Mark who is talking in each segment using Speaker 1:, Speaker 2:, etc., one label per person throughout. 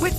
Speaker 1: With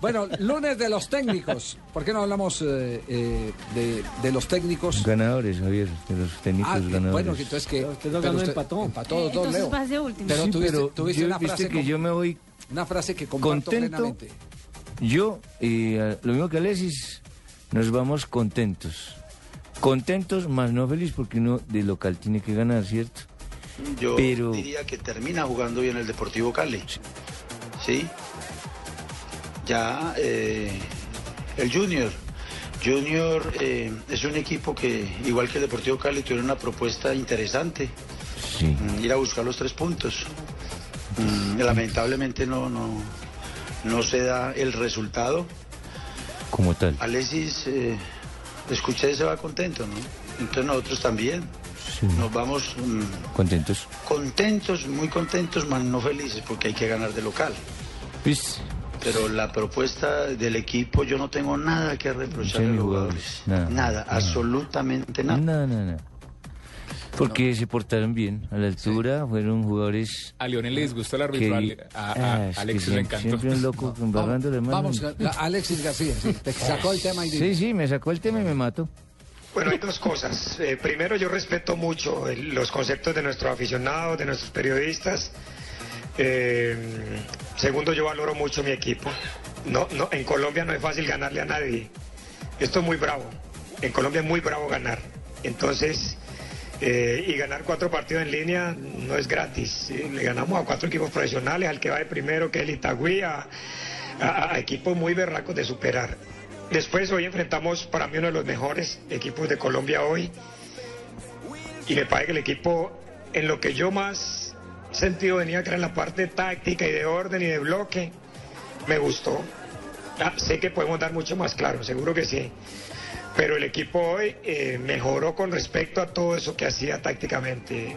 Speaker 2: Bueno, lunes de los técnicos. ¿Por qué no hablamos eh, eh, de, de los técnicos?
Speaker 3: Ganadores, Javier, de los técnicos
Speaker 2: Ah, eh,
Speaker 3: ganadores.
Speaker 2: bueno, que entonces que... pero
Speaker 4: Este ganó,
Speaker 2: usted-
Speaker 4: empató.
Speaker 2: Empató, dos,
Speaker 5: Entonces
Speaker 2: Leo.
Speaker 5: vas de último.
Speaker 2: Pero
Speaker 3: Sí,
Speaker 2: tuviste,
Speaker 3: pero
Speaker 2: tuviste
Speaker 3: yo-
Speaker 2: una,
Speaker 3: viste
Speaker 2: frase
Speaker 3: que
Speaker 2: con-
Speaker 3: yo me voy
Speaker 2: una frase que comparto
Speaker 3: contento.
Speaker 2: plenamente.
Speaker 3: Yo, eh, lo mismo que Alexis, nos vamos contentos. Contentos, más no feliz, porque uno de local tiene que ganar, ¿cierto?
Speaker 6: Yo
Speaker 3: Pero-
Speaker 6: diría que termina jugando bien el Deportivo Cali. ¿Sí? Ya eh, el Junior. Junior eh, es un equipo que, igual que el Deportivo Cali, tuvieron una propuesta interesante.
Speaker 3: Sí.
Speaker 6: Mm, Ir a buscar los tres puntos. Mm, lamentablemente no, no, no se da el resultado.
Speaker 3: Como tal.
Speaker 6: Alexis, eh, escuché, se va contento, ¿no? Entonces nosotros también.
Speaker 3: Sí.
Speaker 6: Nos vamos... mm,
Speaker 3: Contentos.
Speaker 6: contentos, muy contentos, mas no felices porque hay que ganar de local.
Speaker 3: ¿Viste?
Speaker 6: Pero la propuesta del equipo, yo no tengo nada que reprochar
Speaker 3: Sí,
Speaker 6: a los
Speaker 3: mis
Speaker 6: jugadores.
Speaker 3: jugadores, nada,
Speaker 6: nada,
Speaker 3: nada.
Speaker 6: absolutamente
Speaker 3: No,
Speaker 6: nada.
Speaker 3: no, no. Porque se portaron bien, a la altura, fueron jugadores...
Speaker 4: A Lionel les gustó el
Speaker 3: Ah. que-
Speaker 4: arbitral. A, a-
Speaker 3: Ah,
Speaker 4: a
Speaker 3: es que
Speaker 4: Alexis le
Speaker 3: siempre-
Speaker 4: encantó.
Speaker 3: Siempre un loco embarrando la mano.
Speaker 2: Vamos, la- Alexis García, sí, te sacó el tema y
Speaker 3: Sí, sí, me sacó el tema y me mató.
Speaker 7: Bueno, hay dos cosas. Eh, primero, yo respeto mucho el- los conceptos de nuestros aficionados, de nuestros periodistas. Eh, segundo, yo valoro mucho mi equipo. No, no, en Colombia no es fácil ganarle a nadie. Esto es muy bravo. En Colombia es muy bravo ganar. Entonces, eh, y ganar cuatro partidos en línea no es gratis. Eh, Le ganamos a cuatro equipos profesionales, al que va de primero, que es el Itagüí, a, a- a equipos muy berracos de superar. Después hoy enfrentamos para mí uno de los mejores equipos de Colombia hoy. Y me parece que el equipo, en lo que yo más sentido venía, que era en la parte táctica y de orden y de bloque, me gustó. Ah, sé que podemos dar mucho más claro, seguro que sí. Pero el equipo hoy eh, mejoró con respecto a todo eso que hacía tácticamente.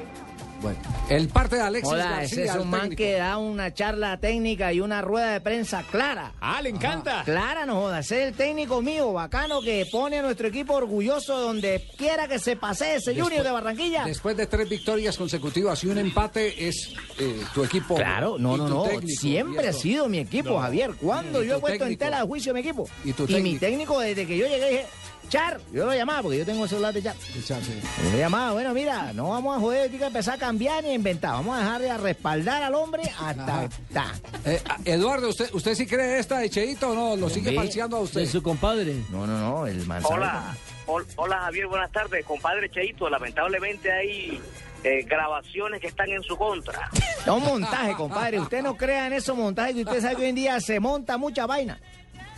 Speaker 2: Bueno, el parte de Alexis
Speaker 8: Hola,
Speaker 2: García.
Speaker 8: ese es
Speaker 2: el
Speaker 8: un man
Speaker 2: técnico.
Speaker 8: que da una charla técnica y una rueda de prensa clara.
Speaker 4: Ah, le encanta.
Speaker 8: Clara, no jodas, ese es el técnico mío, bacano, que pone a nuestro equipo orgulloso donde quiera que se pase ese Junior de Barranquilla.
Speaker 2: Después de tres victorias consecutivas y un empate, es eh, tu equipo.
Speaker 8: Claro, no,
Speaker 2: y
Speaker 8: no,
Speaker 2: tu
Speaker 8: no,
Speaker 2: técnico, y
Speaker 8: siempre ha
Speaker 2: eso.
Speaker 8: sido mi equipo, Javier. Cuando
Speaker 2: Y
Speaker 8: yo
Speaker 2: tu
Speaker 8: he puesto en
Speaker 2: técnico.
Speaker 8: tela de juicio mi equipo.
Speaker 2: Y tu
Speaker 8: mi
Speaker 2: técnico.
Speaker 8: técnico, desde que yo llegué, dije, Char, yo lo llamaba porque yo tengo el celular de Char.
Speaker 2: Chance.
Speaker 8: Y Me llamaba, bueno, mira, no vamos a joder, hay que empezar a cambiar ni a inventar. Vamos a dejar de respaldar al hombre hasta.
Speaker 2: Ajá.
Speaker 8: hasta.
Speaker 2: Eh, a- Eduardo, ¿usted, ¿usted sí cree esta de Cheito o no? ¿Lo sigue
Speaker 8: Hombre,
Speaker 2: parciando a usted?
Speaker 4: compadre.
Speaker 3: No, no, no, el manzano.
Speaker 9: Hola, Hol- hola Javier, buenas tardes. Compadre Cheito, lamentablemente hay eh, grabaciones que están en su contra.
Speaker 8: Es un montaje, compadre. Usted no crea en esos montajes que usted sabe que hoy en día se monta mucha vaina.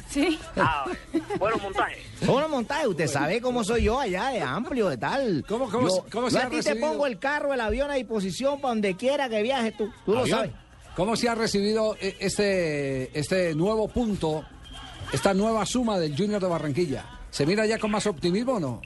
Speaker 5: Sí.
Speaker 9: Ah, bueno, montaje.
Speaker 8: Son los montajes. Usted sabe cómo soy yo allá, de amplio, de tal.
Speaker 2: ¿Cómo- cómo-
Speaker 8: yo,
Speaker 2: cómo
Speaker 8: yo
Speaker 2: se
Speaker 8: a
Speaker 2: ha
Speaker 8: ti te
Speaker 2: recibido?
Speaker 8: pongo el carro, el avión a disposición para donde quiera que viajes tú. Tú lo
Speaker 4: ¿Avión?
Speaker 8: sabes.
Speaker 2: ¿Cómo se ha recibido eh, este, este nuevo punto, esta nueva suma del Junior de Barranquilla? ¿Se mira ya con más optimismo o no?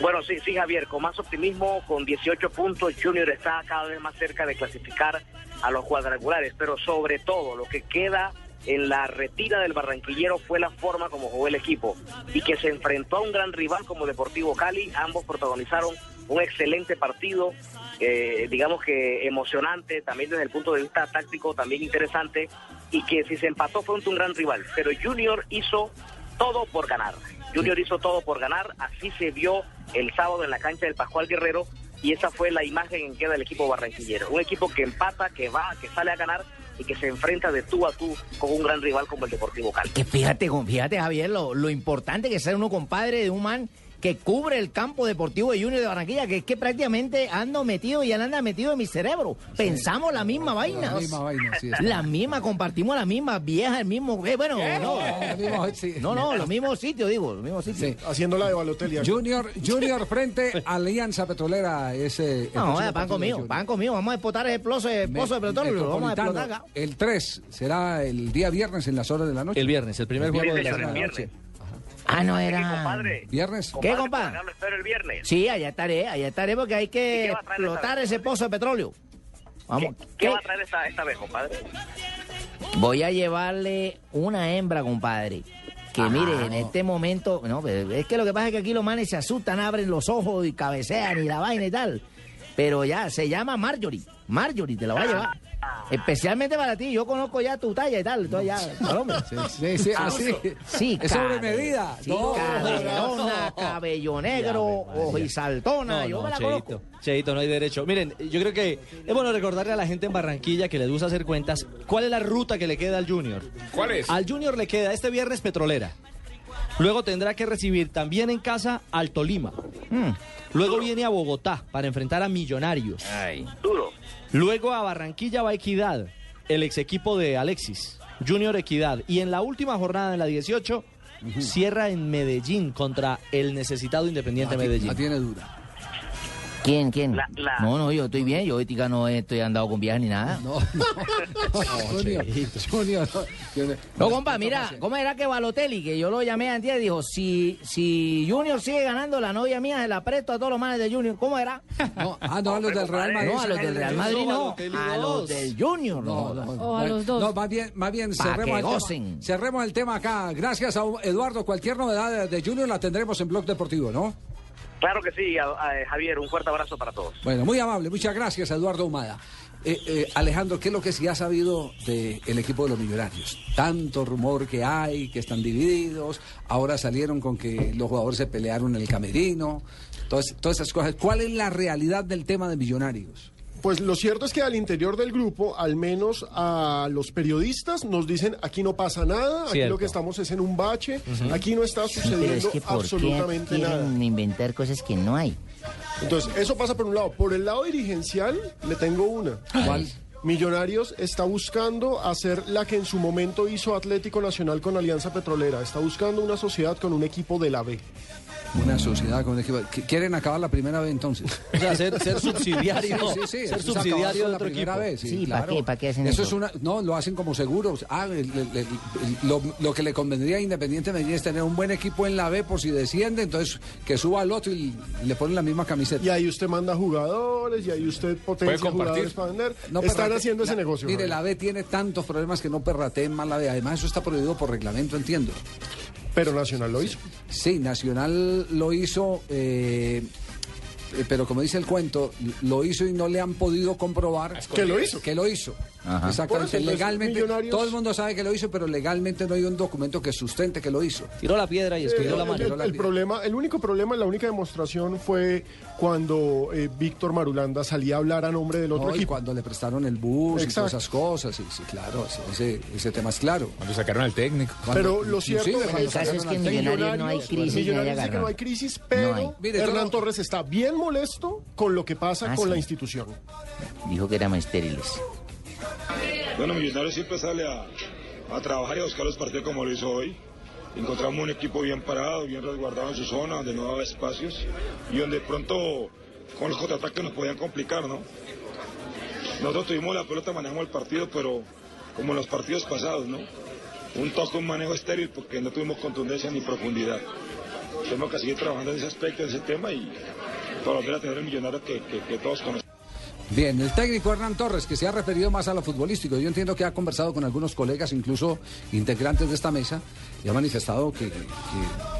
Speaker 9: Bueno, sí, sí, Javier, con más optimismo, con 18 puntos, Junior está cada vez más cerca de clasificar a los cuadrangulares, pero sobre todo lo que queda en la retira del barranquillero fue la forma como jugó el equipo y que se enfrentó a un gran rival como Deportivo Cali, ambos protagonizaron un excelente partido, eh, digamos que emocionante, también desde el punto de vista táctico, también interesante, y que si se empató fue ante un gran rival, pero Junior hizo todo por ganar. Junior hizo todo por ganar, así se vio el sábado en la cancha del Pascual Guerrero y esa fue la imagen en que queda el equipo barranquillero. Un equipo que empata, que va, que sale a ganar y que se enfrenta de tú a tú con un gran rival como el Deportivo Cali.
Speaker 8: Que fíjate, con- fíjate, Javier, lo, lo importante que es ser uno compadre de un man que cubre el campo deportivo de Junior de Barranquilla, que es que prácticamente ando metido y él anda metido en mi cerebro. Pensamos la misma vaina.
Speaker 2: La misma vaina, sí.
Speaker 8: La misma, compartimos la misma, vieja, el mismo. eh, bueno,
Speaker 2: ¿Qué?
Speaker 8: no.
Speaker 2: Los mismos, sí.
Speaker 8: No, no, los mismos sitios, digo, los mismos sitios.
Speaker 2: Haciendo la de Balotelli. Junior, junior frente a Alianza Petrolera. Ese,
Speaker 8: No, vaya, van conmigo, van conmigo. Vamos a explotar ese pozo, de- pozo de petróleo. lo Vamos a
Speaker 2: Metropolitano,
Speaker 8: explotar acá.
Speaker 2: El 3 será el día viernes en las horas de la noche.
Speaker 10: El viernes, el primer juego de la semana.
Speaker 8: Ah, no era.
Speaker 2: ¿Viernes?
Speaker 8: ¿Qué, compadre? Sí, allá estaré, allá estaré porque hay que explotar ese pozo de petróleo. Vamos.
Speaker 11: ¿Qué
Speaker 8: ¿qué?
Speaker 11: va a traer esta, esta vez, compadre?
Speaker 8: Voy a llevarle una hembra, compadre. Que mire, en este momento, no, pero es que lo que pasa es que aquí los manes se asustan, abren los ojos y cabecean y la vaina y tal. Pero ya, se llama Marjorie. Marjorie, te la voy a llevar.
Speaker 11: Ah.
Speaker 8: Especialmente para ti, yo conozco ya tu talla y tal. Entonces ya, al hombre.
Speaker 2: Sí, Ah, sí, así.
Speaker 8: Sí,
Speaker 2: Es sobre
Speaker 8: cadre-
Speaker 2: medida.
Speaker 8: Sí,
Speaker 2: No,
Speaker 8: caderona, cabello negro,
Speaker 2: pues,
Speaker 8: ojo y saltona. yo me la conozco.
Speaker 6: Cheito, Cheito, no hay derecho. Miren, yo creo que es bueno recordarle a la gente en Barranquilla que les gusta hacer cuentas cuál es la ruta que le queda al Junior.
Speaker 10: ¿Cuál es?
Speaker 6: Al Junior le queda este viernes Petrolera. Luego tendrá que recibir también en casa al Tolima. Luego viene a Bogotá para enfrentar a Millonarios.
Speaker 11: Duro.
Speaker 6: Luego a Barranquilla va Equidad, el ex equipo de Alexis, Junior Equidad. Y en la última jornada, en la 18, cierra en Medellín contra el necesitado
Speaker 2: Ah,
Speaker 6: Independiente Medellín.
Speaker 2: tiene dura.
Speaker 8: ¿Quién, quién?
Speaker 6: la-
Speaker 8: No, no, yo estoy bien, yo hoy tica, no estoy andado con viajes ni nada.
Speaker 2: No, Junior, Junior, no, Junior.
Speaker 8: compa, mira, ¿cómo era que Balotelli, que yo lo llamé antes y dijo, si, si Junior sigue ganando, la novia mía se la presto a todos los manes de Junior, ¿cómo era?
Speaker 2: No, ah, no, a los del Real Madrid.
Speaker 8: No, a los del Real Madrid no,
Speaker 2: Balotelli
Speaker 8: a
Speaker 2: dos.
Speaker 8: los del Junior, no.
Speaker 2: O a los dos. No, más bien, más bien
Speaker 8: Pa' que
Speaker 2: cerremos, el tema,
Speaker 8: gocen.
Speaker 2: cerremos el tema acá. Gracias a Eduardo. Cualquier novedad de Junior la tendremos en Blog Deportivo, ¿no?
Speaker 11: Claro que sí, a- a- eh, Javier, un fuerte abrazo para todos.
Speaker 2: Bueno, muy amable. Muchas gracias, Eduardo Humada. Eh, eh, Alejandro, ¿qué es lo que sí ha sabido del equipo de los millonarios? Tanto rumor que hay, que están divididos, ahora salieron con que los jugadores se pelearon en el camerino, todas, todas esas cosas. ¿Cuál es la realidad del tema de millonarios?
Speaker 7: Pues lo cierto es que al interior del grupo, al menos a los periodistas, nos dicen aquí no pasa nada, aquí
Speaker 8: Cierto.
Speaker 7: lo que estamos es en un bache,
Speaker 8: Ujú.
Speaker 7: aquí no está
Speaker 8: Pero
Speaker 7: sucediendo
Speaker 8: es que ¿por qué
Speaker 7: absolutamente nada.
Speaker 8: quieren inventar cosas que no hay?
Speaker 7: Entonces, eso pasa por un lado. Por el lado dirigencial, le tengo una.
Speaker 8: ¿Cuál?
Speaker 7: Millonarios está buscando hacer la que en su momento hizo Atlético Nacional con Alianza Petrolera. Está buscando una sociedad con un equipo de la B.
Speaker 2: Una sociedad con un equipo. ¿Qui- ¿Quieren acabar la primera vez entonces?
Speaker 6: O sea, ser- ser subsidiario,
Speaker 2: Sí, sí, sí,
Speaker 6: ser
Speaker 2: eso es
Speaker 6: subsidiario
Speaker 2: acabar
Speaker 6: de
Speaker 2: con la
Speaker 6: otro
Speaker 2: primera
Speaker 6: equipo.
Speaker 2: vez, sí,
Speaker 6: Sí, ¿pa'
Speaker 2: claro.
Speaker 6: qué? ¿pa' qué hacen
Speaker 2: es
Speaker 6: eso?
Speaker 2: una. No, lo hacen como seguros. Ah, el- el- el- lo, lo que le convendría a Independiente Medellín es tener un buen equipo en la B por si desciende, entonces que suba al otro y le ponen la misma camiseta.
Speaker 7: Y ahí usted manda jugadores y ahí usted potencia jugadores para vender. Están
Speaker 2: perrate-
Speaker 7: haciendo ese
Speaker 2: la-
Speaker 7: negocio.
Speaker 2: Mire,
Speaker 7: Javier.
Speaker 2: la B tiene tantos problemas que no perrateen más la B. Además, eso está prohibido por reglamento, entiendo.
Speaker 7: Pero Nacional lo hizo.
Speaker 2: Sí, Nacional lo hizo, eh, eh, pero como dice el cuento, lo hizo y no le han podido comprobar
Speaker 7: ¿Que lo hizo?
Speaker 2: Que lo hizo.
Speaker 7: Ajá. Por eso,
Speaker 2: Exactamente,
Speaker 7: entonces,
Speaker 2: legalmente,
Speaker 7: Millonarios-
Speaker 2: todo el mundo sabe que lo hizo, pero legalmente no hay un documento que sustente que lo hizo.
Speaker 6: Tiró la piedra y
Speaker 7: Eh,
Speaker 6: escondió la
Speaker 7: el- el-
Speaker 6: mano.
Speaker 7: el problema, el único problema, la única demostración fue cuando eh, Víctor Marulanda salía a hablar a nombre del otro
Speaker 2: No, y
Speaker 7: equipo.
Speaker 2: cuando le prestaron el bus
Speaker 7: Exacto.
Speaker 2: y todas esas cosas, sí, sí, claro, sí, ese, ese tema es claro. Cuando sacaron al técnico.
Speaker 7: Pero lo cierto
Speaker 2: es
Speaker 7: en Millonarios sí que no hay crisis, pero
Speaker 2: No hay. Mire,
Speaker 7: Hernán
Speaker 2: todo-
Speaker 7: Torres está bien molesto con lo que pasa
Speaker 8: Ah,
Speaker 7: con
Speaker 8: sí.
Speaker 7: la institución.
Speaker 8: Dijo que éramos estériles.
Speaker 12: Bueno, Millonarios siempre sale a, a trabajar y a buscar los partidos como lo hizo hoy. Encontramos un equipo bien parado, bien resguardado en su zona, donde no daba espacios y donde pronto con los contraataques nos podían complicar, ¿no? Nosotros tuvimos la pelota, manejamos el partido, pero como en los partidos pasados, ¿no? Un toque, un manejo estéril porque no tuvimos contundencia ni profundidad. Tenemos que seguir trabajando en ese aspecto, en ese tema y para volver a tener el millonario que, que- que todos conocemos.
Speaker 2: Bien, el técnico Hernán Torres, que se ha referido más a lo futbolístico, yo entiendo que ha conversado con algunos colegas, incluso integrantes de esta mesa, y ha manifestado que, que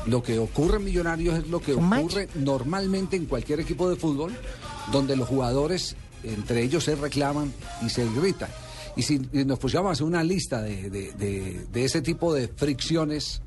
Speaker 2: lo que ocurre en Millonarios es lo que ocurre normalmente en cualquier equipo de fútbol, donde los jugadores entre ellos se reclaman y se gritan. Y si nos pusiéramos a hacer una lista de, de- de- de ese tipo de fricciones,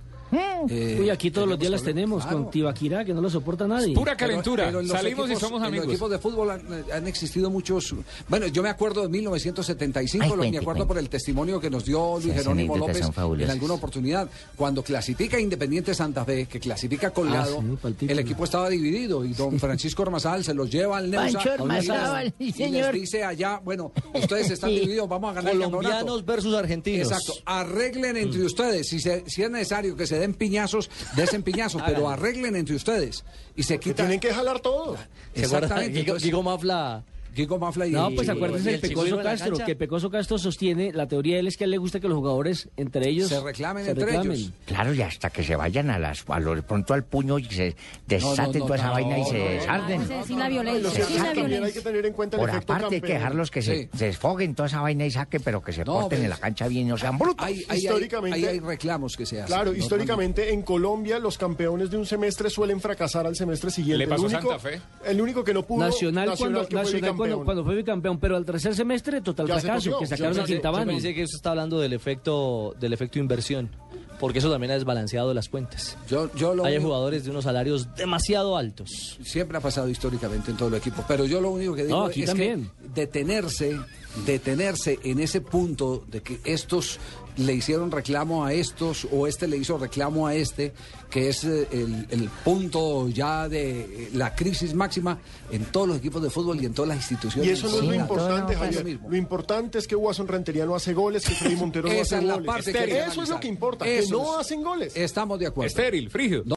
Speaker 2: Eh,
Speaker 13: Uy, aquí todos los días las
Speaker 2: tenemos
Speaker 13: con Tibaquirá, que no lo soporta nadie.
Speaker 2: Pero- pero en los equipos- en Los equipos de fútbol han, eh, han existido muchos. Bueno, yo me acuerdo de 1975,
Speaker 8: Ay,
Speaker 2: lo-
Speaker 8: cuente,
Speaker 2: me acuerdo
Speaker 8: cuente.
Speaker 2: por el testimonio que nos dio Luis
Speaker 8: esas
Speaker 2: Jerónimo
Speaker 8: anécdotas
Speaker 2: López
Speaker 8: son fabulosas.
Speaker 2: en alguna oportunidad. Cuando clasifica Independiente Santa Fe, que clasifica colgado,
Speaker 13: Ah, sí, pa'l título.
Speaker 2: el equipo estaba dividido y don Francisco Ormazal se los lleva al Neusa.
Speaker 8: Pancho
Speaker 2: y les-
Speaker 8: Ormazábal, sí,
Speaker 2: y les
Speaker 8: señor.
Speaker 2: dice allá, bueno, ustedes están
Speaker 8: Sí.
Speaker 2: divididos, vamos a ganar el
Speaker 1: Colombianos Mm.
Speaker 2: campeonato.
Speaker 1: versus argentinos.
Speaker 2: Exacto, arreglen entre ustedes. Si, se- si es necesario que se den piñazos, desen piñazos, pero
Speaker 1: Háganlo.
Speaker 2: arreglen entre ustedes. Y se quitan.
Speaker 7: Tienen que jalar todo.
Speaker 1: ¿Se acuerda?
Speaker 2: Exactamente.
Speaker 1: Gigo,
Speaker 2: entonces-
Speaker 1: Gigo Mafla.
Speaker 2: Gigo Mafla y
Speaker 13: No,
Speaker 2: y-
Speaker 13: pues acuérdense
Speaker 2: y
Speaker 13: el Pecoso
Speaker 2: Chicuelo en la
Speaker 13: Castro,
Speaker 2: cancha.
Speaker 13: que Pecoso Castro sostiene, la teoría de él es que a él le gusta que los jugadores entre ellos
Speaker 2: Se reclamen
Speaker 13: se
Speaker 2: entre
Speaker 13: reclamen.
Speaker 2: ellos.
Speaker 8: Claro, y hasta que se vayan a las, a lo- de pronto al puño y se desaten
Speaker 2: no,
Speaker 8: toda esa
Speaker 2: no,
Speaker 8: vaina y se
Speaker 2: no, no,
Speaker 8: desarden.
Speaker 14: sin la
Speaker 7: No, y lo
Speaker 14: violencia.
Speaker 7: cierto
Speaker 14: sin
Speaker 7: es
Speaker 14: la
Speaker 7: que también hay
Speaker 14: violencia.
Speaker 7: que tener en cuenta el
Speaker 8: Por
Speaker 7: efecto
Speaker 8: aparte hay que
Speaker 7: campeón.
Speaker 8: dejarlos que se,
Speaker 2: Sí.
Speaker 8: se desfoguen toda esa vaina y saquen, pero que se
Speaker 2: No,
Speaker 8: porten
Speaker 2: pero-
Speaker 8: en la cancha bien y no sean brutos.
Speaker 2: Ahí- ahí
Speaker 7: Históricamente-
Speaker 2: hay, ahí hay reclamos que se hacen.
Speaker 7: Claro,
Speaker 2: normalmente.
Speaker 7: históricamente en Colombia los campeones de un semestre suelen fracasar al semestre siguiente.
Speaker 15: Le pasó
Speaker 7: el único,
Speaker 15: Santa Fe.
Speaker 7: El único que no pudo.
Speaker 13: Nacional, cuando,
Speaker 7: que fue
Speaker 13: Nacional cuando,
Speaker 7: bicampeón.
Speaker 13: cuando fue bicampeón, pero al tercer semestre total
Speaker 7: Ya se
Speaker 13: fracaso,
Speaker 7: cogió,
Speaker 13: que
Speaker 7: ya
Speaker 13: sacaron
Speaker 7: se
Speaker 13: a
Speaker 7: cogió.
Speaker 1: Yo
Speaker 13: Quintabani.
Speaker 1: pensé que usted está hablando del efecto, del efecto inversión, porque eso también ha desbalanceado las cuentas.
Speaker 2: Yo, yo lo
Speaker 1: Hay
Speaker 2: único-
Speaker 1: jugadores de unos salarios demasiado altos.
Speaker 2: siempre ha pasado históricamente en todo el equipo, pero yo lo único que digo
Speaker 13: No, aquí
Speaker 2: es
Speaker 13: también.
Speaker 2: que detenerse, detenerse en ese punto de que estos le hicieron reclamo a estos o este le hizo reclamo a este, que es eh, el, el punto ya de eh, la crisis máxima en todos los equipos de fútbol y en todas las instituciones.
Speaker 7: Y eso no es
Speaker 2: Sí,
Speaker 7: lo
Speaker 2: en todas
Speaker 7: importante,
Speaker 2: las-
Speaker 7: Javier. Lo importante es que Guasón Rentería no hace goles, que Freddy Montero no
Speaker 2: Esa
Speaker 7: hace
Speaker 2: es la
Speaker 7: goles.
Speaker 2: parte que hay
Speaker 7: Eso
Speaker 2: que
Speaker 7: es lo
Speaker 2: analizar.
Speaker 7: que importa, que
Speaker 2: Eso
Speaker 7: no
Speaker 2: es.
Speaker 7: hacen goles.
Speaker 2: Estamos de acuerdo.
Speaker 15: Estéril, frígido.